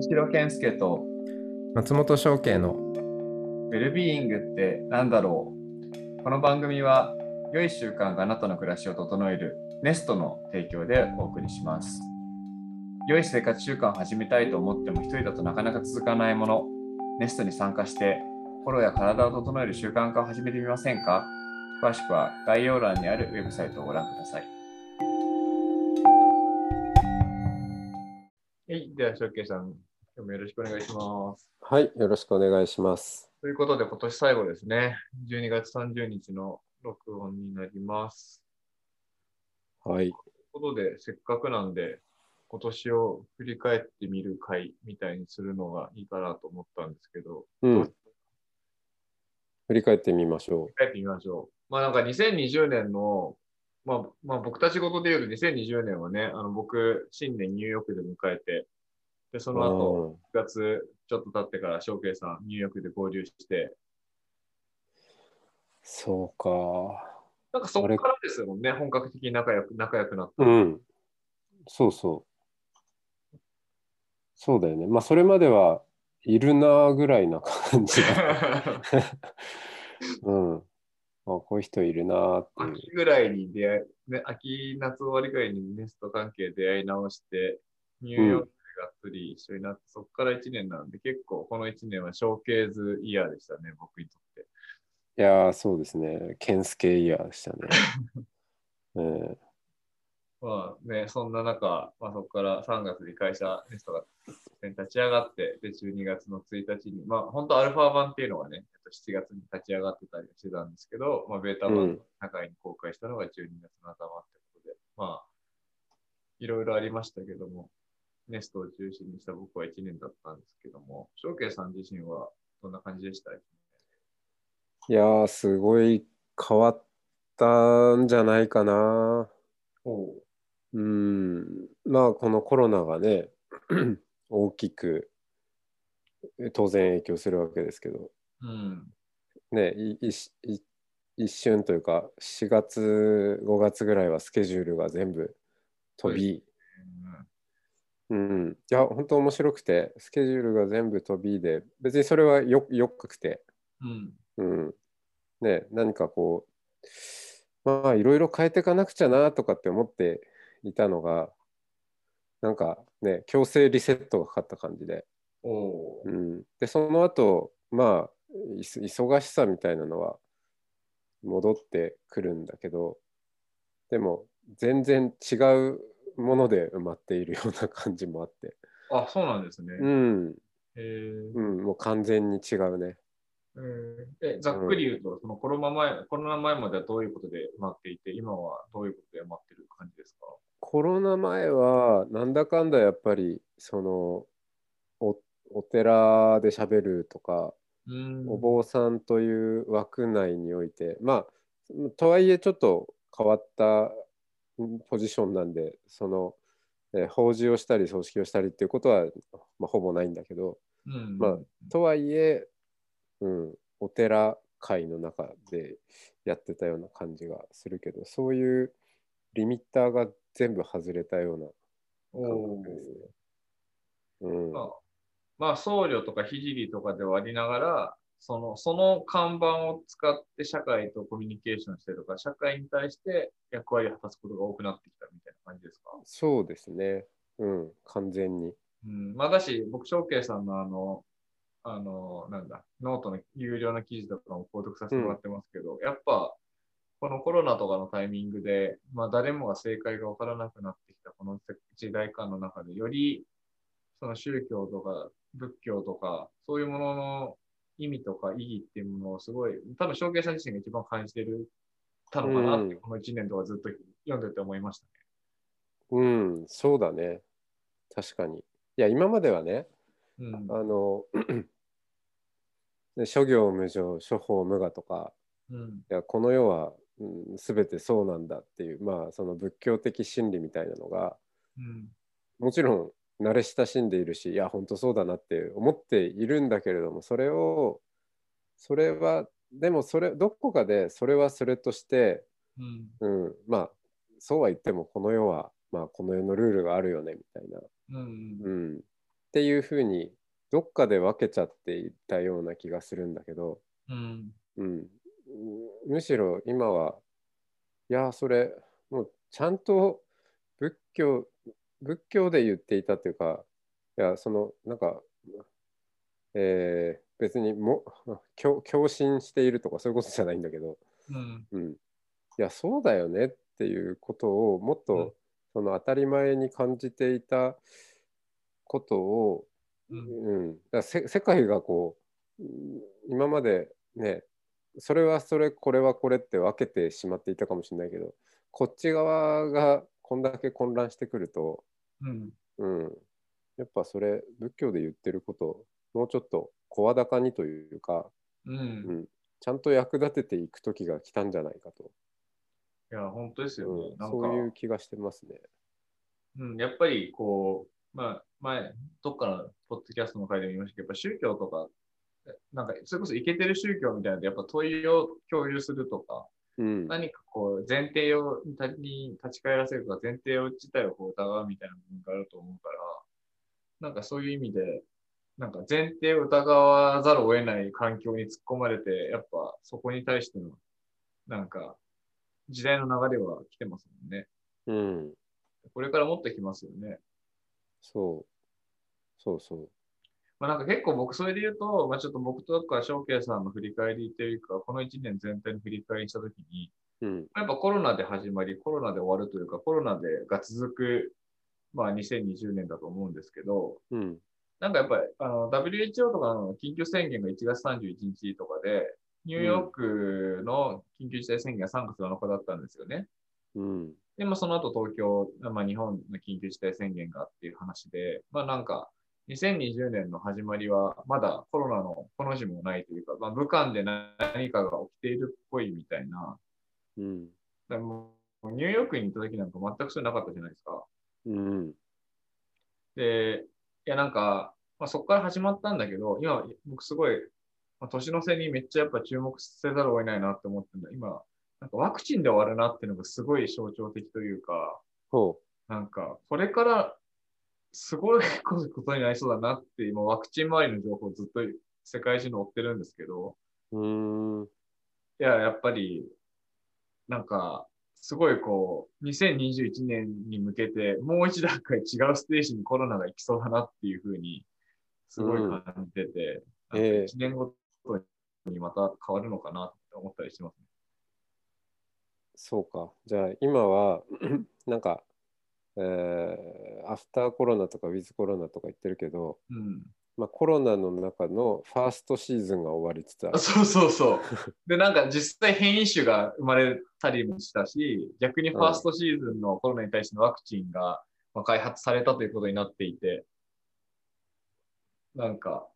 城健介と松本商家のウェルビーイングって何だろうこの番組は良い習慣があなたの暮らしを整えるネストの提供でお送りします良い生活習慣を始めたいと思っても一人だとなかなか続かないものネストに参加して心や体を整える習慣化を始めてみませんか詳しくは概要欄にあるウェブサイトをご覧くださいはい、では、しょっけいさん、今日もよろしくお願いします。はい、よろしくお願いします。ということで、今年最後ですね。12月30日の録音になります。はとい。いうことで、せっかくなんで、今年を振り返ってみる会みたいにするのがいいかなと思ったんですけど、うん。振り返ってみましょ。振り返ってみましょう。まあなんか2020年の、まあ、まあ僕たちごとで言うと2020年はね、あの僕、新年ニューヨークで迎えて、で、そうの後、1月ちょっと経ってから、翔慶さん、ニューヨークで合流して、うんそうか。なんかそこからですもんね、本格的に仲良く、仲良くな った。うん。そうそう。そうだよね。まあ、それまではいるなぐらいな感 じが。うん。あ、こういう人いるなっていう。秋ぐらいに出会い、ね、秋夏終わりぐらいにネスト関係出会い直して、ニューヨークでがっつり一緒になって、そこから1年なんで、結構この1年はショーケーズイヤーでしたね、僕にとって。いやー、そうですね。ケンスケイヤーでしたね。うん、まあね、そんな中、まあ、そこから3月に会社、ネストが立ち上がって、で、12月の1日に、まあ本当アルファ版っていうのがね、えっと7月に立ち上がってたりしてたんですけど、まあベータ版のうん中に公開したのが12月の頭ってことで、まあ、いろいろありましたけども、ネストを中心にした僕は1年だったんですけども、翔慶さん自身はどんな感じでしたいやー、すごい変わったんじゃないかな。おううん、まあこのコロナがね 大きく当然影響するわけですけど、うん。ね、いいしい一瞬というか4月5月ぐらいはスケジュールが全部飛び、うん、いや本当面白くてスケジュールが全部飛びで別にそれはよよくて、うん。うん、ね何かこうまあいろいろ変えていかなくちゃなとかって思っていたのがなんかね強制リセットがかかった感じで、おううん、でその後まあいそ忙しさみたいなのは戻ってくるんだけどでも全然違うもので埋まっているような感じもあって、あ、そうなんですね。うんへーうん、もう完全に違うね。うんえざっくり言うと、そのコロナ前、コロナ前まではどういうことで埋まっていて、今はどういうことで埋まってる感じですかコロナ前はなんだかんだやっぱりそのおお寺で喋るとかうんお坊さんという枠内においてまあとはいえちょっと変わったんポジションなんでその、えー法事をしたり葬式をしたりっていうことは、まあ、ほぼないんだけどうん、まあとはいえ、うん、お寺界の中でやってたような感じがするけどそういうリミッターが全部外れたようなおーうんまあまあ、僧侶とか聖とかではありながら、その、その看板を使って社会とコミュニケーションしてとか、社会に対して役割を果たすことが多くなってきたみたいな感じですかそうですね。うん、完全に。うん、まあだし、僕、翔慶さんのあの、あの、なんだ、ノートの有料の記事とかも購読させてもらってますけど、やっぱ、このコロナとかのタイミングで、まあ誰もが正解がわからなくなってきたこの時代間の中で、より、その宗教とか仏教とか、そういうものの意味とか意義っていうものをすごい、多分、翔慶さん自身が一番感じてるたのかなって、うんこの1年とかずっと読んでて思いましたね。うん、そうだね。確かに。いや、今まではね、うんあの、 ね諸行無常、諸法無我とか、うん。いやこの世は、うん、全てそうなんだっていう、まあ、その仏教的真理みたいなのが、うん。もちろん慣れ親しんでいるし、いや、本当そうだなって思っているんだけれども、それを、それは、でもそれ、どこかでそれはそれとして、うん。うん、まあそうは言ってもこの世は、まあ、この世のルールがあるよねみたいな、うん。うん、っていうふうにどっかで分けちゃっていたような気がするんだけど、うん。うん、むしろ今はいやそれもうちゃんと仏教仏教で言っていたというかいやそのなんか、えー別にも 共共振しているとかそういうことじゃないんだけど、うん。うん、いやそうだよねっていうことをもっと、うんその当たり前に感じていたことをうん。うん、だからせ世界がこううん今までねそれはそれこれはこれって分けてしまっていたかもしれないけどこっち側がこんだけ混乱してくると、うん。うん、やっぱそれ仏教で言ってることもうちょっと声高にというか、うんう。ん、ちゃんと役立てていく時が来たんじゃないかと、いや、本当ですよねう。ん、なんか、そういう気がしてますね。うん、やっぱりこう、まあ、前、どっかのポッドキャストの回でも言いましたけど、やっぱ宗教とか、えなんか、それこそイケてる宗教みたいなので、やっぱ問いを共有するとか、うん、何かこう、前提をに立に立ち返らせるとか、前提を自体をこう疑うみたいな部分があると思うから、なんかそういう意味で、なんか前提を疑わざるを得ない環境に突っ込まれて、やっぱそこに対しての、なんか、時代の流れは来てますもんね。うんこれからもっと来ますよね。そうそうそうまあ、なんか結構僕、それで言うと、まあ、ちょっと僕とか翔慶さんの振り返りというか、この1年全体の振り返りしたときに、うんやっぱコロナで始まり、コロナで終わるというか、コロナでが続く、まあ、2020年だと思うんですけど、うんなんかやっぱりあの WHO とかの緊急宣言が1月31日とかで、ニューヨークの緊急事態宣言が3月7日だったんですよね。うんで、まあ、その後東京、まあ、日本の緊急事態宣言がっていう話で、まあなんか、2020年の始まりは、まだコロナのこの字もないというか、まあ、武漢で何かが起きているっぽいみたいな、うんでもうニューヨークに行った時なんか全くそれなかったじゃないですか。うんで、いやなんか、まあ、そこから始まったんだけど、今、僕すごい、まあ、年の瀬にめっちゃやっぱ注目せざるを得ないなって思ってるんだ。今、なんかワクチンで終わるなっていうのがすごい象徴的というか、ほなんか、これから、すごいことになりそうだなって、今、ワクチン周りの情報をずっと世界中に追ってるんですけど、ううーんいや、やっぱり、なんか、すごいこう、2021年に向けて、もう一段階違うステージにコロナが行きそうだなっていうふうに、すごい感じてて、うんなんかええ1年ごとにまた変わるのかなって思ったりしてますね。そうか。じゃあ今は なんか、えーアフターコロナとかウィズコロナとか言ってるけど、うん。まあ、コロナの中のファーストシーズンが終わりつつあるあ。そうそうそう。で、なんか実際変異種が生まれたりもしたし、逆にファーストシーズンのコロナに対してのワクチンが、まあ、開発されたということになっていて、なんか、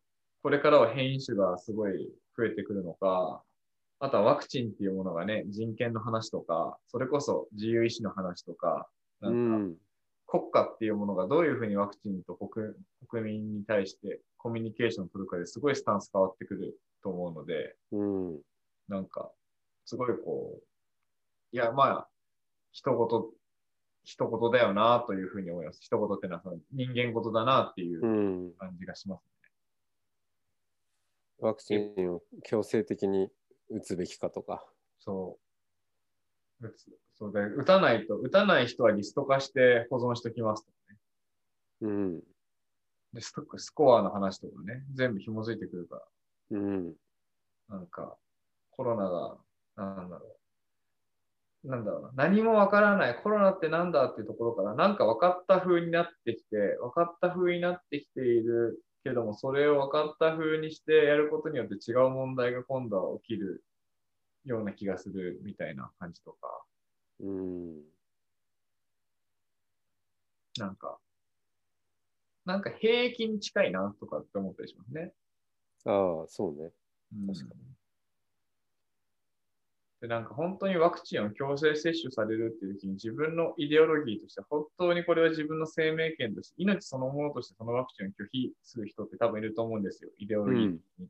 これからは変異種がすごい増えてくるのか、あとはワクチンっていうものがね、人権の話とか、それこそ自由意志の話とか、なうんかん。国家っていうものがどういうふうにワクチンと国国民に対してコミュニケーションを取るかですごいスタンス変わってくると思うので、うん。。なんか、すごいこう、いや、まあ、一言、一言だよなというふうに思います。一言ってのはその人間事だなっていううん感じがします。ワクチンを強制的に打つべきかとか。そう。打つそうで、打たないと、打たない人はリスト化して保存しておきますとうん。でストック、スコアの話とかね、全部紐づいてくるかうん。ら、なんか、コロナが、なんだろう。なんだろうな。何もわからない。コロナってなんだっていうところから、なんか分かった風になってきて、分かった風になってきているけども、それを分かった風にしてやることによって違う問題が今度は起きるような気がするみたいな感じとか、うん。なんか、なんか兵役に近いなとかって思ったりしますね。ああ、そうね。うん確かで、なんか本当にワクチンを強制接種されるっていう時に自分のイデオロギーとして、本当にこれは自分の生命権として、命そのものとしてそのワクチンを拒否する人って多分いると思うんですよ、イデオロギー的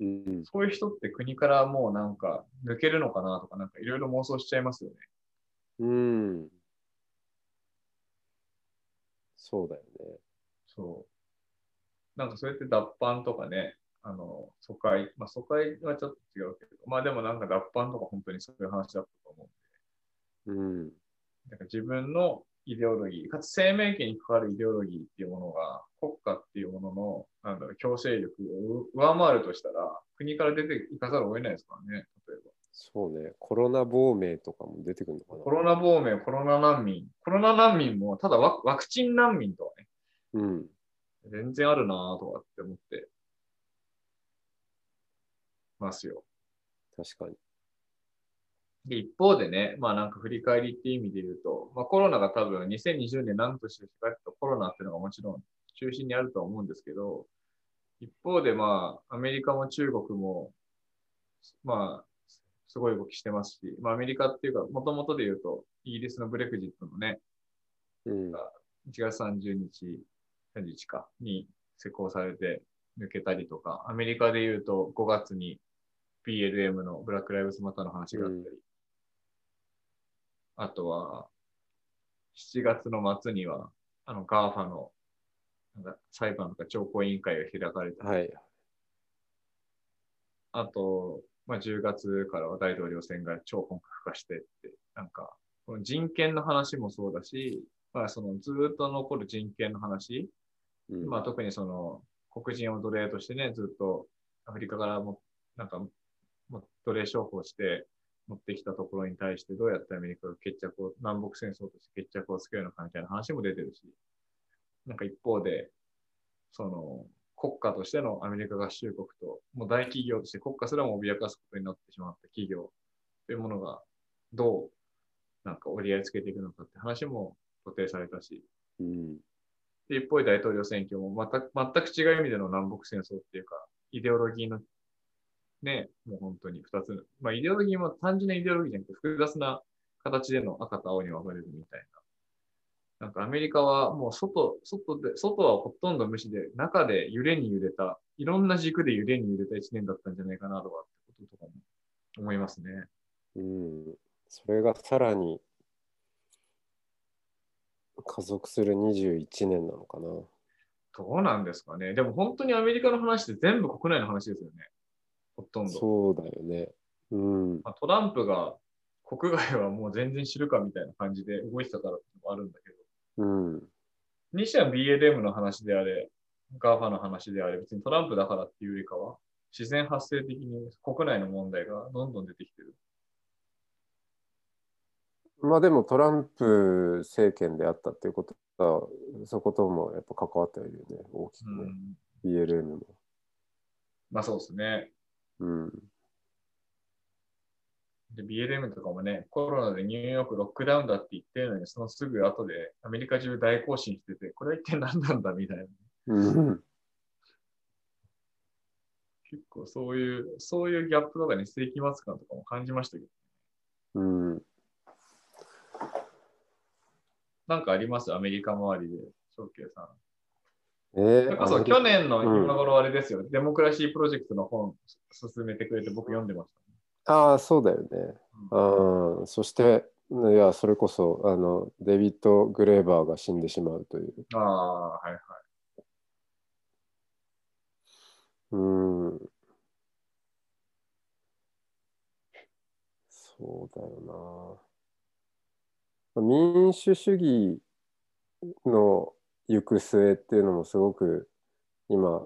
に。うん。そういう人って国からもうなんか抜けるのかなとか、なんかいろいろ妄想しちゃいますよね。うん。そうだよね。そなんかそれって脱藩とかね、あの、疎開、まあ疎開はちょっと違うけど、まあでもなんか脱藩とか本当にそういう話だったと思う。うん。なんか自分のイデオロギー、かつ生命権に関わるイデオロギーっていうものが、国家っていうものの、なんだろう、強制力を上回るとしたら、国から出ていかざるを得ないですからね、例えば。そうね。コロナ亡命とかも出てくるのかな。コロナ亡命、コロナ難民。コロナ難民も、ただワワクチン難民とはね、うん。全然あるなぁとかって思ってますよ。確かに。で、一方でね、まあなんか振り返りっていう意味で言うと、まあコロナが多分2020年何としてかってとコロナっていうのがもちろん中心にあるとは思うんですけど、一方でまあアメリカも中国も、まあすごい動きしてますし、まあアメリカっていうか、もともとで言うとイギリスのブレクジットのね、うん。 1月30日、30日か、に施行されて抜けたりとか、アメリカで言うと5月に BLM のブラック・ライブズ・マターの話があったり、うあとは、7月の末には、あの、ガーファの、なんか裁判とか調校委員会が開かれたり、はい。あと、まあ、10月からは大統領選が超本格化してって、なんか、この人権の話もそうだし、まあ、そのずーっと残る人権の話、うんまあ、特にその黒人を奴隷としてね、ずっとアフリカからも、なんか、も奴隷商法して持ってきたところに対して、どうやってアメリカが決着を、南北戦争として決着をつけるのかみたいな話も出てるし、なんか一方で、その、国家としてのアメリカ合衆国と、もう大企業として国家すらも脅かすことになってしまった企業というものが、どう、なんか折り合いつけていくのかって話も固定されたし、うん。で、一方で大統領選挙もまた全く違う意味での南北戦争っていうか、イデオロギーの、ね、もう本当に二つ。まあ、イデオロギーも単純なイデオロギーじゃなくて、複雑な形での赤と青に分かれるみたいな。なんかアメリカはもう外、外で、外はほとんど無視で、中で揺れに揺れた、いろんな軸で揺れに揺れた一年だったんじゃないかなとかってこととかも思いますね。うん。それがさらに加速する21年なのかな。どうなんですかね。でも本当にアメリカの話って全部国内の話ですよね。ほとんど。そうだよね。うん。まあ、トランプが国外はもう全然知るかみたいな感じで動いてたからってのもあるんだけど、うん。にしては BLM の話であれ、ガーファの話であれ、別にトランプだからっていうよりかは、自然発生的に国内の問題がどんどん出てきてる。まあでもトランプ政権であったっていうことは、そこともやっぱ関わってはいるよね。大きくうね。ん、 BLM も。まあそうですね。 うん。で、BLM とかもね、コロナでニューヨークロックダウンだって言ってるのに、そのすぐ後でアメリカ中大行進してて、これは一体何なんだみたいな。うん。結構そういう、そういうギャップとかに世紀末感とかも感じましたけど、うん。なんかありますアメリカ周りで、翔慶さん。えーそれこそあ去年の今頃あれですよ、デモクラシープロジェクトの本進めてくれて僕読んでましああ、そうだよね。た、うん。そして、いや、それこそ、あの、デビッド・グレーバーが死んでしまうという。ああ、はいはい。うん。そうだよな。民主主義の行く末っていうのもすごく今、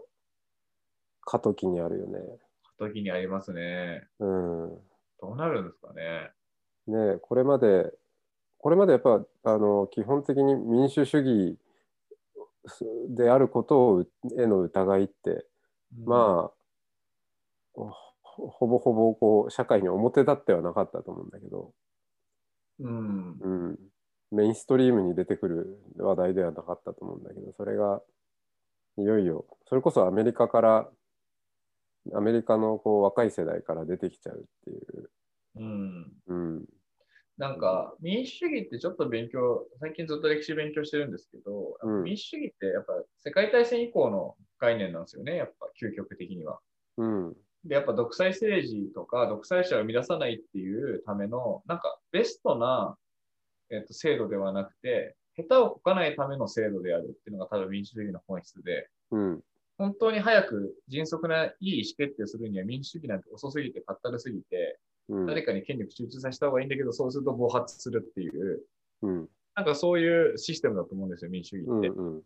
過渡期にあるよね。時にありますね。うん。どうなるんですかね。ねえこれまで、これまでやっぱあの基本的に民主主義であることをへの疑いって、まあ、ほほぼほぼこう社会に表立ってはなかったと思うんだけど、あ、うん。うん、メインストリームに出てくる話題ではなかったと思うんだけど、それがいよいよ、それこそアメリカから、アメリカのこう若い世代から出てきちゃうっていう。うん。うんなんか、民主主義ってちょっと勉強、最近ずっと歴史勉強してるんですけど、うん民主主義ってやっぱ世界大戦以降の概念なんですよね、やっぱ究極的には。うんで、やっぱ独裁政治とか、独裁者を生み出さないっていうための、なんかベストな、えっと、制度ではなくて、下手をこかないための制度であるっていうのが多分民主主義の本質で、うん本当に早く迅速ないい意思決定するには民主主義なんて遅すぎて、かったるすぎて、うん誰かに権力集中させた方がいいんだけど、そうすると暴発するっていう、うんなんかそういうシステムだと思うんですよ、民主主義うっんて。うん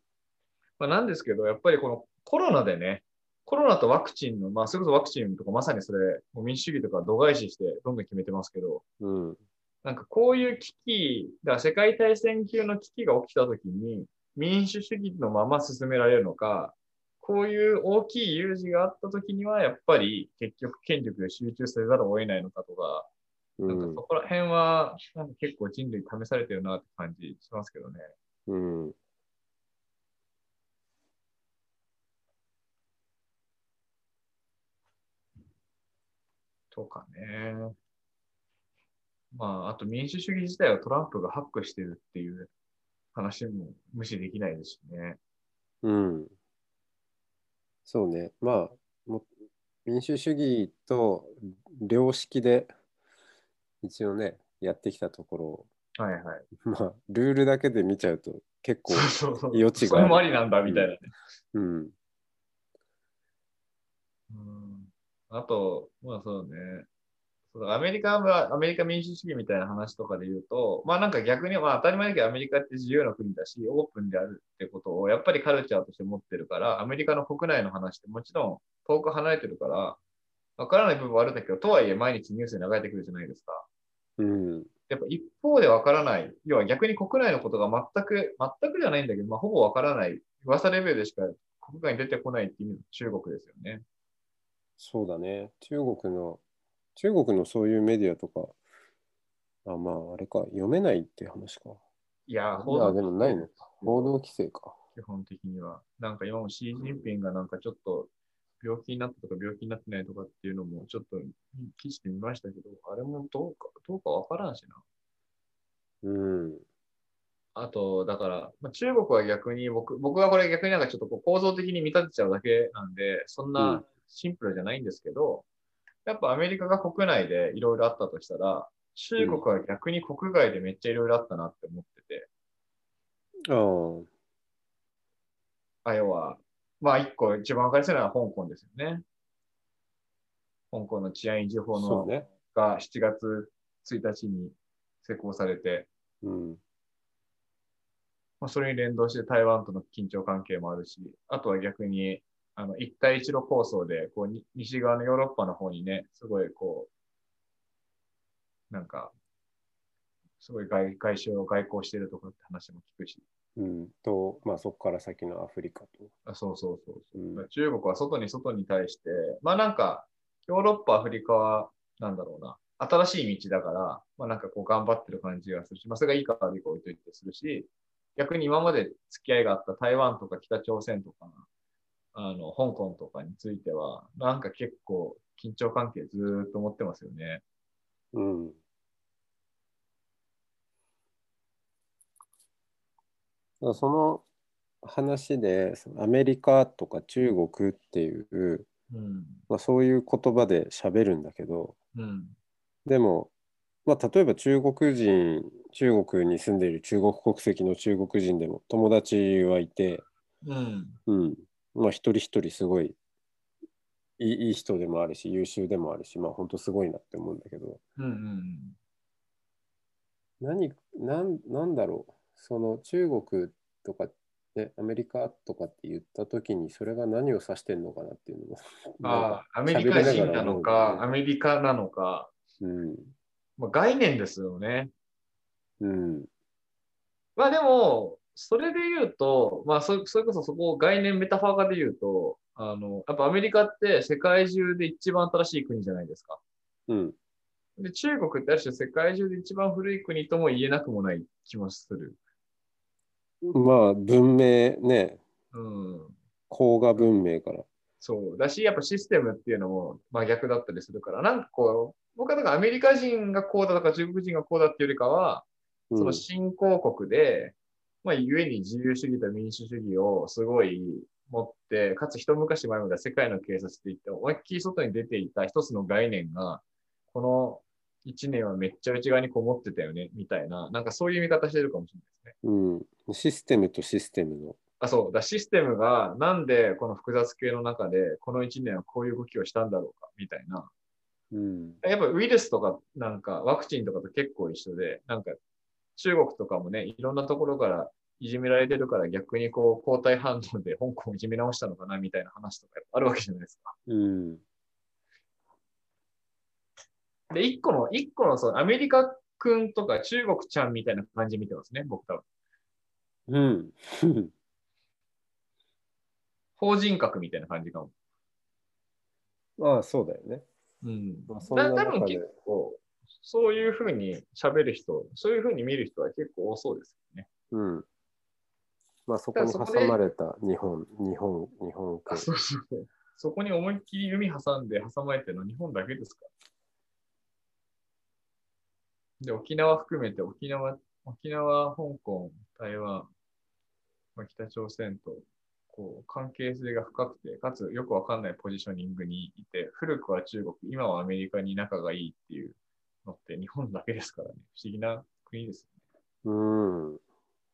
まあ、なんですけど、やっぱりこのコロナでね、コロナとワクチンの、まあ、それこそワクチンとかまさにそれ、もう民主主義とか度外視してどんどん決めてますけど、うんなんかこういう危機、だから世界大戦級の危機が起きたときに、民主主義のまま進められるのか、こういう大きい有事があったときには、やっぱり結局権力で集中せざるを得ないのかとか、うなんかんそこら辺は、なんか結構人類試されてるなって感じしますけどね。うんとかね。まあ、あと民主主義自体はトランプがハックしてるっていう話も無視できないですしね。うんそうねまあも民主主義と良識で一応ねやってきたところを はいはい。まあルールだけで見ちゃうと結構、そうそう余地が それもありなんだ、みたいなね。うん、うんあと、まあそうね。そうアメリカは、アメリカ民主主義みたいな話とかで言うと、まあなんか逆に、まあ当たり前だけどアメリカって自由な国だし、オープンであるってことをやっぱりカルチャーとして持ってるから、アメリカの国内の話ってもちろん遠く離れてるから、わからない部分はあるんだけど、とはいえ毎日ニュースに流れてくるじゃないですか。うん、やっぱ一方でわからない、要は逆に国内のことが全く、全くじゃないんだけど、まあほぼわからない、噂レベルでしか国外に出てこないっていう中国ですよね。そうだね。中国の、中国のそういうメディアとか、あ、まあ、あれか、読めないって話か。いや、いや、でもないのか。報道規制か。基本的には。なんか今もシー・ジンピンがなんかちょっと病気になったとか病気になってないとかっていうのもちょっと記事で見ましたけど、あれもどうか、どうかわからんしな。うん。あと、だから、まあ、中国は逆に僕、僕はこれ逆になんかちょっとこう構造的に見立てちゃうだけなんで、そんうなんシンプルじゃないんですけど、やっぱアメリカが国内でいろいろあったとしたら、中国は逆に国外でめっちゃいろいろあったなって思ってて、ああ、あ、要は、まあ一個一番わかりやすいのは香港ですよね。香港の治安維持法そのうね。が7月1日に施行されて、うん。まあ、それに連動して台湾との緊張関係もあるし、あとは逆に、あの、一帯一路構想で、こう、に西側のヨーロッパの方にね、すごいこう、なんか、すごい外外相を外交してるとかって話も聞くし、うん。と、まあ、そこから先のアフリカと。あそうそうそうそう。うん。中国は外に外に対して、まあなんか、ヨーロッパ、アフリカは、なんだろうな、新しい道だから、まあなんかこう頑張ってる感じがするし、まあそれがいいか悪いか置いといてするし、逆に今まで付き合いがあった台湾とか北朝鮮とか、あの、香港とかについては、なんか結構緊張関係ずーっと持ってますよね。うん。だからその話で、そのアメリカとか中国っていう、うん。まあ、そういう言葉で喋るんだけど、うん。でも、まあ、例えば中国人、中国に住んでいる中国国籍の中国人でも友達はいて、うん。うん、まあ、一人一人すごいいいいい人でもあるし、優秀でもあるし、まあ、本当すごいなって思うんだけど、うん。うん。何、なん、なんだろう、その中国とか、ね、アメリカとかって言った時に、それが何を指してんのかなっていうのも、なんあかあ、アメリカ人な喋りのがら思うか、アメリカなのか、うん、まあ概念ですよね。うん、まあでも、それで言うと、まあそ、それこそそこを概念メタファー化で言うと、あの、やっぱアメリカって世界中で一番新しい国じゃないですか。うん、で、中国ってある種世界中で一番古い国とも言えなくもない気もする。まあ、文明ね、うん。甲賀文明から。そう。だし、やっぱシステムっていうのも真逆だったりするから、なんかこう、僕はだからアメリカ人がこうだとか中国人がこうだっていうよりかは、うんその新興国で、まあ、故に自由主義と民主主義をすごい持って、かつ一昔前までは世界の警察って言って、思いっきり外に出ていた一つの概念が、この一年はめっちゃ内側にこもってたよね、みたいな、なんかそういう見方してるかもしれないですね。うん、システムとシステムのあ、そう。だシステムがなんでこの複雑系の中でこの1年はこういう動きをしたんだろうかみたいな。うん。やっぱウイルスとかなんかワクチンとかと結構一緒で、なんか中国とかもね、いろんなところからいじめられてるから逆にこう抗体反応で香港をいじめ直したのかなみたいな話とかやっぱあるわけじゃないですか。うん。で、一個の、一個のそのアメリカ君とか中国ちゃんみたいな感じ見てますね、僕多分。 うん。法人格みたいな感じかも。まあ、そうだよね。うん。まあ、そんなだ多中分で結構、そういうふうに喋る人、そういうふうに見る人は結構多そうですよね。うん。まあ、そこにだからそこで挟まれた日本、日本、日本あそうそうそうそこに思いっきり弓挟んで挟まれてるの日本だけですから。で、沖縄含めて沖縄、沖縄、香港、台湾、まあ北朝鮮と、こう、関係性が深くて、かつよくわかんないポジショニングにいて、古くは中国、今はアメリカに仲がいいっていうのって日本だけですからね。不思議な国です。うん。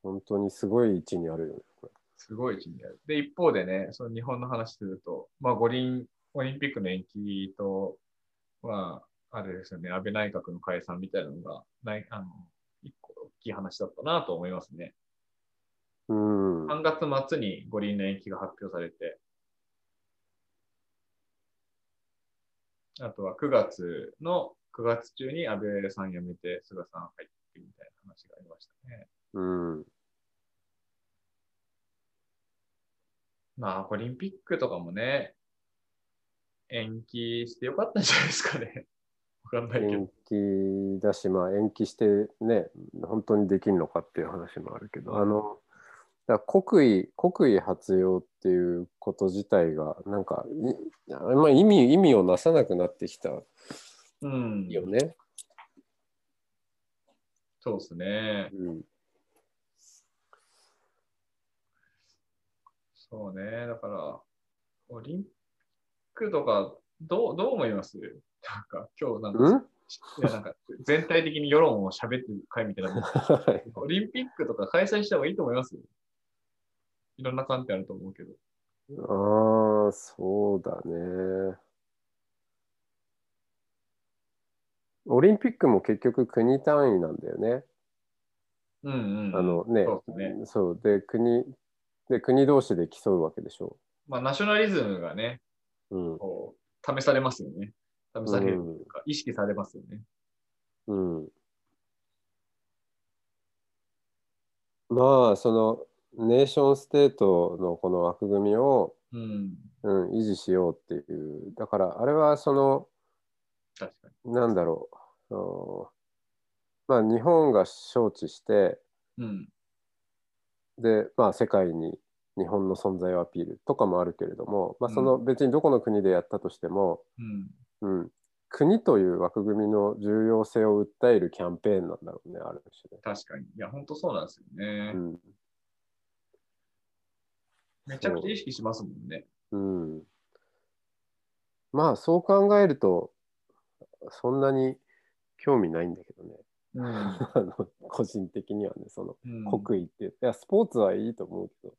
本当にすごい位置にあるよね。こすごい位置にある。で、一方でね、その日本の話すると、まあ、五輪、オリンピックの延期と、まあ、あれですよね、安倍内閣の解散みたいなのが、ないあの、一個大きい話だったなと思いますね。れうん。 3月末に五輪の延期が発表されて、あとは9月の、9月中に安倍さん辞めて、菅さん入ってみたいな話がありましたね。うん。まあ、オリンピックとかもね、延期してよかったんじゃないですかね。 わかんないけど。延期だし、まあ、延期してね、本当にできるのかっていう話もあるけど、あの、だから国威、国威発揚っていうこと自体が、なんか、いあまあ、意味、意味をなさなくなってきたうん。よね。そうですね。うん。そうね。だから、オリンピックとか、どう、どう思いますなんか、今日なんうか、ん いやなんか全体的に世論を喋ってる会みたい な。はいオリンピックとか開催した方がいいと思いますいろんな観点あると思うけど。ああ、そうだね。オリンピックも結局国単位なんだよね。うんうんうん。あのねそうですね。そう。で、国、で、国同士で競うわけでしょまあ、ナショナリズムがね、う。うん。こう、試されますよね。試されるというか、意識されますよね。うん。まあ、その、ネーションステートのこの枠組みを、うん。うん、維持しようっていう。だから、あれはその、確かに。なんだろう、あのまあ、日本が招致してうん。で、まあ、世界に日本の存在をアピールとかもあるけれども、まあ、その別にどこの国でやったとしても、うん。うん、国という枠組みの重要性を訴えるキャンペーンなんだろうねある種確かに。いや、本当そうなんですよね。ね。めちゃくちゃ意識しますもんね。うんうん、まあそう考えるとそんなに興味ないんだけどね うん。あの個人的にはねその うん、国威って、いやスポーツはいいと思うけど。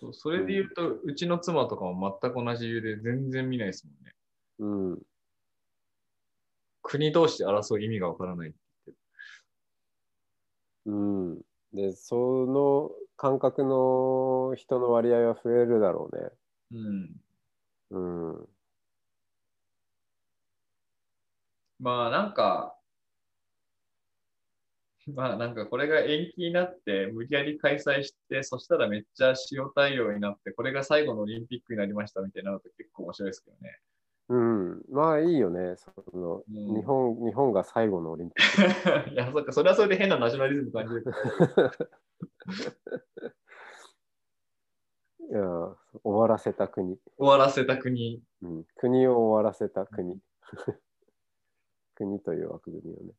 そうそれで言うと、うちの妻とかも全く同じ理由で全然見ないですもんね。うん、国同士で争う意味がわからない。うん、でその感覚の人の割合は増えるだろうね。うん。うん、まあなんか、 まあなんかこれが延期になって、無理やり開催して、そしたらめっちゃ塩対応になって、これが最後のオリンピックになりましたみたいなのって結構面白いですけどね。うん、まあいいよねその、うん日本日本が最後のオリンピ ッいや、そっか、それはそれで変なナショナリズム感じるけど。 クいや終わらせた国、終わらせた国。うん、国を終わらせた国 国という枠組みをね。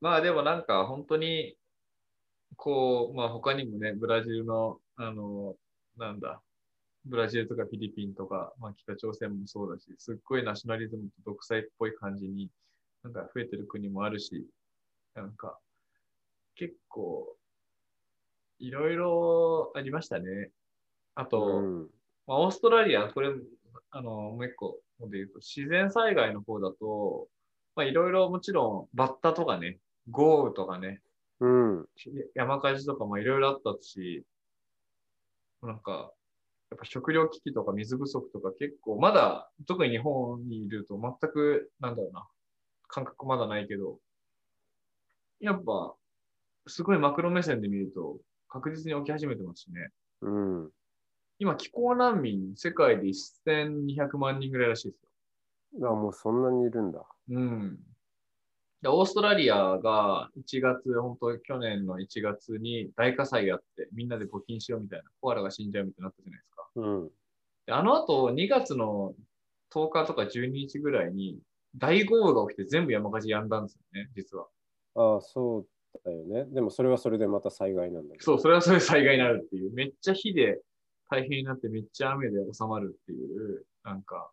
まあでもなんか本当に、こう、まあ他にもね、ブラジルの、あの、なんだ、ブラジルとかフィリピンとか、まあ北朝鮮もそうだし、すっごいナショナリズムと独裁っぽい感じに、なんか増えてる国もあるし、なんか、結構、いろいろありましたね。あと、うんまあ、オーストラリア、これ、あの、もう一個で言うと、自然災害の方だと、まあ、いろいろもちろん、バッタとかね、豪雨とかね、うん山火事とかもいろいろあったし、なんか、やっぱ食料危機とか水不足とか結構、まだ、特に日本にいると全く、なんだろうな、感覚まだないけど、やっぱ、すごいマクロ目線で見ると、確実に起き始めてますしね。うん今、気候難民、世界で1200万人ぐらいらしいですあもうそんなにいるんだよ。うん。でオーストラリアが1月、本当去年の1月に大火災やって、みんなで募金しようみたいな、コアラが死んじゃうみたいになったじゃないですか。うんであの後、2月の10日とか12日ぐらいに、大豪雨が起きて全部山火事やんだんですよね、実は。ああそうだよねでもそれはそれでまた災害なんだけどそう、それはそれで災害になるっていう。めっちゃ火で大変になって、めっちゃ雨で収まるっていう、なんか、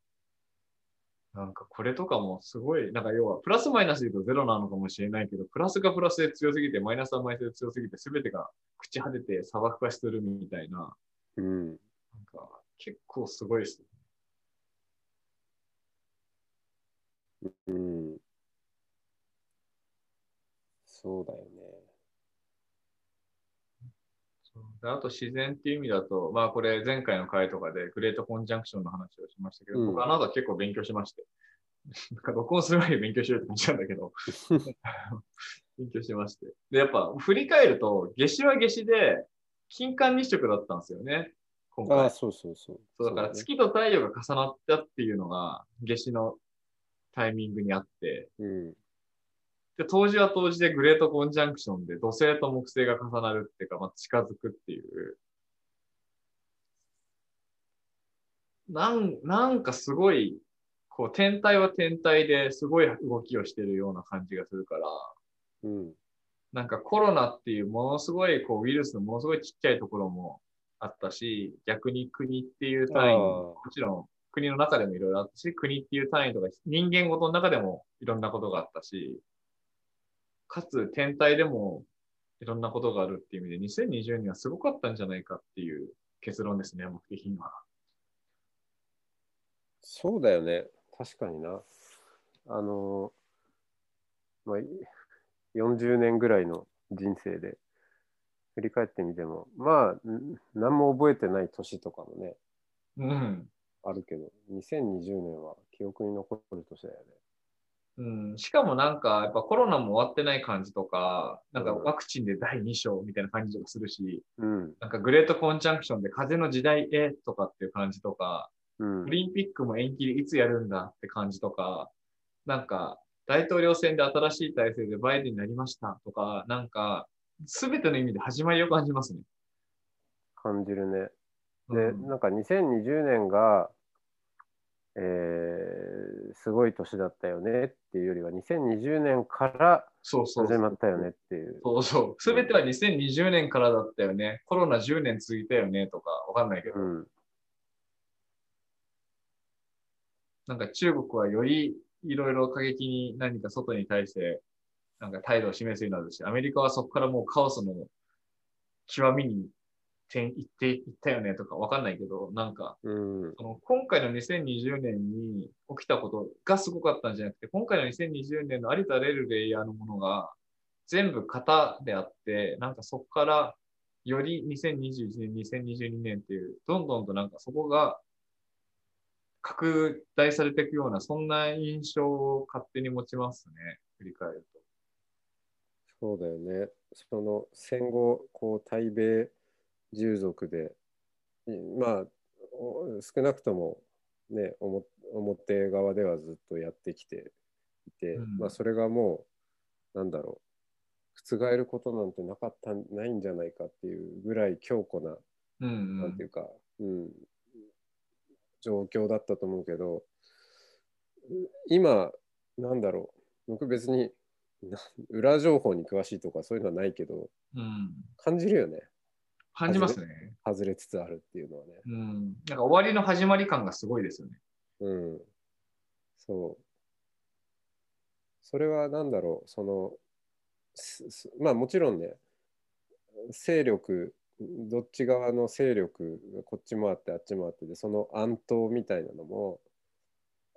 なんかこれとかもすごい、なんか要は、プラスマイナスで言うとゼロなのかもしれないけど、プラスがプラスで強すぎて、マイナスはマイナスで強すぎて、すべてが朽ち果てて砂漠化してるみたいな、うんなんか、結構すごいですね。うんそうだよねであと自然っていう意味だと、まあこれ前回の回とかでグレートコンジャンクションの話をしましたけど、うん僕あなた結構勉強しまして。 なんか録音する前に勉強しようって感じなんだけど、 勉強しまして。で、やっぱ振り返ると、夏至は夏至で、金環日食だったんですよね、今あ回あ。そうそうそうそうだからね月と太陽が重なったっていうのが、夏至のタイミングにあって、うんで、当時は当時でグレートコンジャンクションで土星と木星が重なるっていうか、まあ、近づくっていう。なん、なんかすごい、こう、天体は天体ですごい動きをしてるような感じがするから、うんなんかコロナっていうものすごい、こう、ウイルスのものすごいちっちゃいところもあったし、逆に国っていう単位あーも、もちろん国の中でもいろいろあったし、国っていう単位とか人間ごとの中でもいろんなことがあったし、かつ天体でもいろんなことがあるっていう意味で、2020年はすごかったんじゃないかっていう結論ですね、僕的には。そうだよね。確かにな。あの、まあ、い40年ぐらいの人生で振り返ってみても、まあ、ん何も覚えてない年とかもね、うん。あるけど、2020年は記憶に残る年だよね。うん、しかもなんか、やっぱコロナも終わってない感じとか、なんかワクチンで第2章みたいな感じがするし、うん、なんかグレートコンジャンクションで風の時代へとかっていう感じとか、うんオ、リンピックも延期でいつやるんだって感じとか、なんか大統領選で新しい体制でバイデンになりましたとか、なんか全ての意味で始まりを感じますね。感じるね。で、うんなんか2020年が、えーすごい年だったよねっていうよりは、2020年からそうそうそ始う。まったよねっていう。そうそう。すべては2020年からだったよね。コロナ10年続いたよねとか、わかんないけど、うん、なんか中国はよりいろいろ過激に何か外に対して、なんか態度を示すようになるし、アメリカはそこからもうカオスの極みに転行っていったよねとかわかんないけど、なんか、うん、その今回の2020年に起きたことがすごかったんじゃなくて、今回の2020年のありとあらゆるレイヤーのものが全部型であって、なんかそこからより2021年、2022年っていう、どんどんとなんかそこが拡大されていくような、そんな印象を勝手に持ちますね、振り返ると。そうだよね。その戦後、こう、対米従属で、いまあ、お少なくとも、ね、おも表側ではずっとやってきていて、うんまあ、それがもう、なんだろう、覆ることなんてなかった、ないんじゃないかっていうぐらい強固な、うんうなんんていうか、うん、状況だったと思うけど、今、なんだろう、僕別にな裏情報に詳しいとかそういうのはないけど、うん、感じるよね、感じますね。外れつつあるっていうのはね。うん、なんか終わりの始まり感がすごいですよね。うん。そう。それはなんだろう、その、すすまあもちろんね、勢力どっち側の勢力がこっちもあってあっちもあってでその暗闘みたいなのも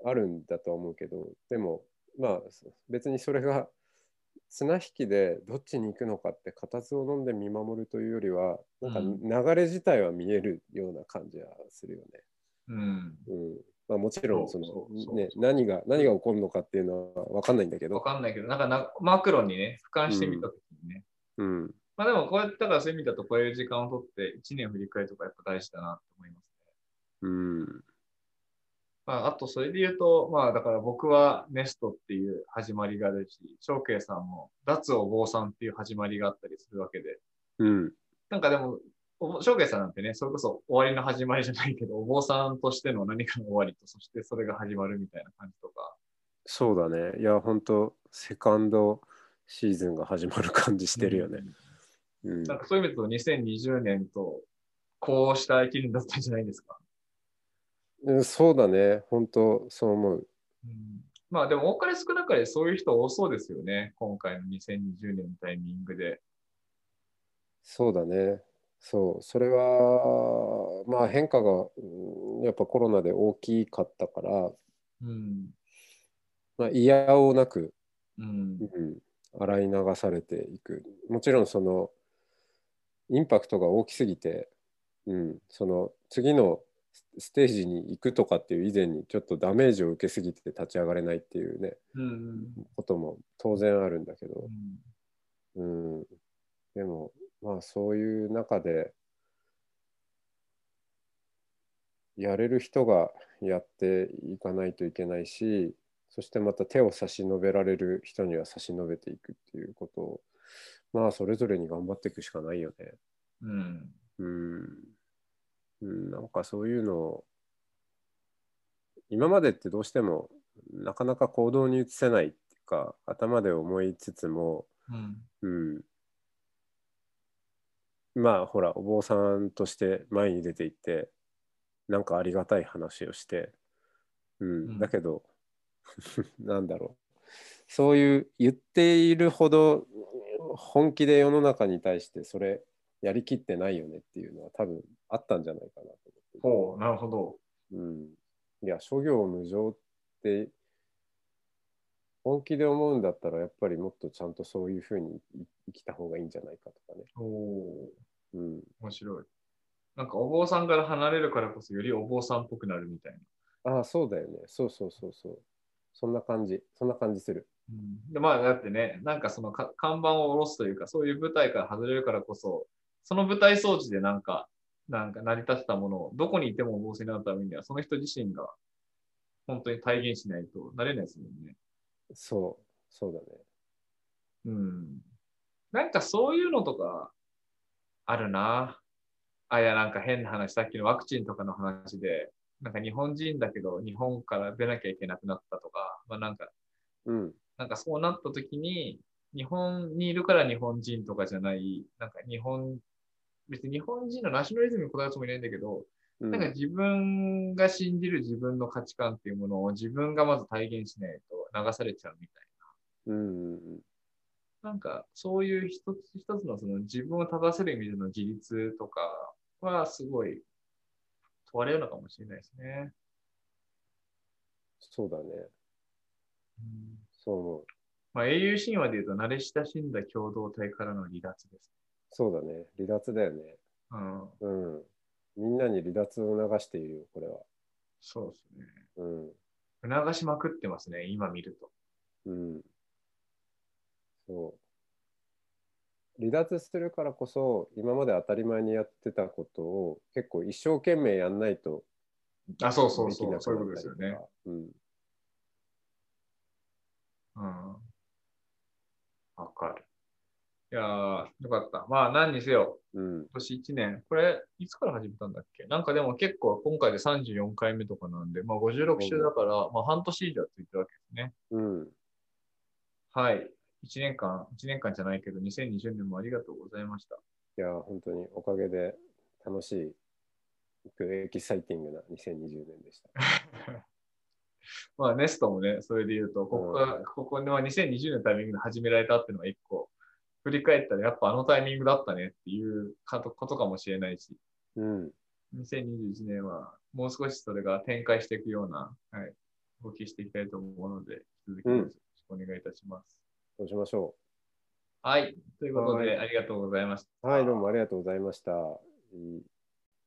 あるんだとは思うけどでもまあそ別にそれが綱引きでどっちに行くのかって固唾を飲んで見守るというよりはうんなんか流れ自体は見えるような感じはするよね。うん。うんまあ、もちろんそそうのそうそうね、何が何が起こるのかっていうのは分かんないんだけわど、かんないけど、なんかなマクロにね、俯瞰してみたときにね、うん、まあでもこうやって、だからそういう意味だとこういう時間を取って1年を振り返るとかやっぱ大事だなと思いますね。うん、まああとそれで言うと、まあだから僕はネストっていう始まりがあるし、翔慶さんも脱を坊さんっていう始まりがあったりするわけで、うん、なんかでも、お翔慶さんなんてね、それこそ終わりの始まりじゃないけど、お坊さんとしての何かの終わりと、そしてそれが始まるみたいな感じとか、そうだね。いや、本当セカンドシーズンが始まる感じしてるよね。うん、なんかそういう意味だと2020年と、こうした一年だったんじゃないですか。うんそうだね。本当そう思う。うんまあでも多かれ少なかれそういう人多そうですよね。今回の2020年のタイミングで。そうだね。そう、それは、まあ変化が、うんやっぱコロナで大きかったから、うん。まあ、嫌をなく、うんう。ん、洗い流されていく。もちろんその、インパクトが大きすぎて、うん、その次のステージに行くとかっていう以前にちょっとダメージを受けすぎて立ち上がれないっていうね、うん。ことも当然あるんだけど、うんうん、でもまあそういう中でやれる人がやっていかないといけないしそしてまた手を差し伸べられる人には差し伸べていくっていうことをまあそれぞれに頑張っていくしかないよね。うん。うん、うん、なんかそういうのを今までってどうしてもなかなか行動に移せないっていうか頭で思いつつもうん。うん。まあほらお坊さんとして前に出ていってなんかありがたい話をして、うんんだけど なんだろうそういう言っているほど本気で世の中に対してそれやりきってないよねっていうのは多分あったんじゃないかなと思ってほう、なるほど。うん、いや諸行無常って本気で思うんだったらやっぱりもっとちゃんとそういうふうにい生きた方がいいんじゃないかとかね。おおうん、ー、面白い。なんかお坊さんから離れるからこそよりお坊さんっぽくなるみたいな。ああそうだよねそうそうそうそうそんな感じそんな感じする。うん、でまあだってね、なんかそのか看板を下ろすというか、そういう舞台から外れるからこそ、その舞台装置でなんか、なんか成り立ってたものを、どこにいてもお坊さんになるためには、その人自身が本当に体現しないとなれないですもんね。そうそうだね。うん。なんかそういうのとか、あるな。あ、いや、なんか変な話、さっきのワクチンとかの話で、なんか日本人だけど、日本から出なきゃいけなくなったとか、まあなんか、うんなんかそうなった時に、日本にいるから日本人とかじゃない、なんか日本、別に日本人のナショナリズムにこだわるつもりないんだけど、うんなんか自分が信じる自分の価値観っていうものを自分がまず体現しないと流されちゃうみたいうんうんな。なんかそういう一つ一つのその自分を正せる意味での自立とかはすごい問われるのかもしれないですね。そうだねそう思うまあ英雄神話で言うと慣れ親しんだ共同体からの離脱です。そうだね離脱だよね。うん。うんみんなに離脱を流しているよこれは。そうですね。うん促しまくってますね、今見ると。うん。そう。離脱するからこそ、今まで当たり前にやってたことを結構一生懸命やんないとあ、そうそうできそなう、そういうくことなっでたすよりとね。か。うん。うん。わかる。いやー、よかった。まあ、何にせよ、うん。今年1年、これ、いつから始めたんだっけなんかでも結構、今回で34回目とかなんで、まあ、56週だから、まあ、半年以上ついてるわけですね。うん。はい。1年間、1年間じゃないけど、2020年もありがとうございました。いや、本当におかげで楽しい、エキサイティングな2020年でした。まあ、ネストもね、それで言うと、ここが、ここでは2020年のタイミングで始められたっていうのが一個、振り返ったらやっぱあのタイミングだったねっていうかとことかもしれないし、うん。 2021年はもう少しそれが展開していくような、はい、動きしていきたいと思うので、引き続きよろしくお願いいたします。そうしましょはい。ということはで、いありがとうございました。う。はい、どうもありがとうございました。いい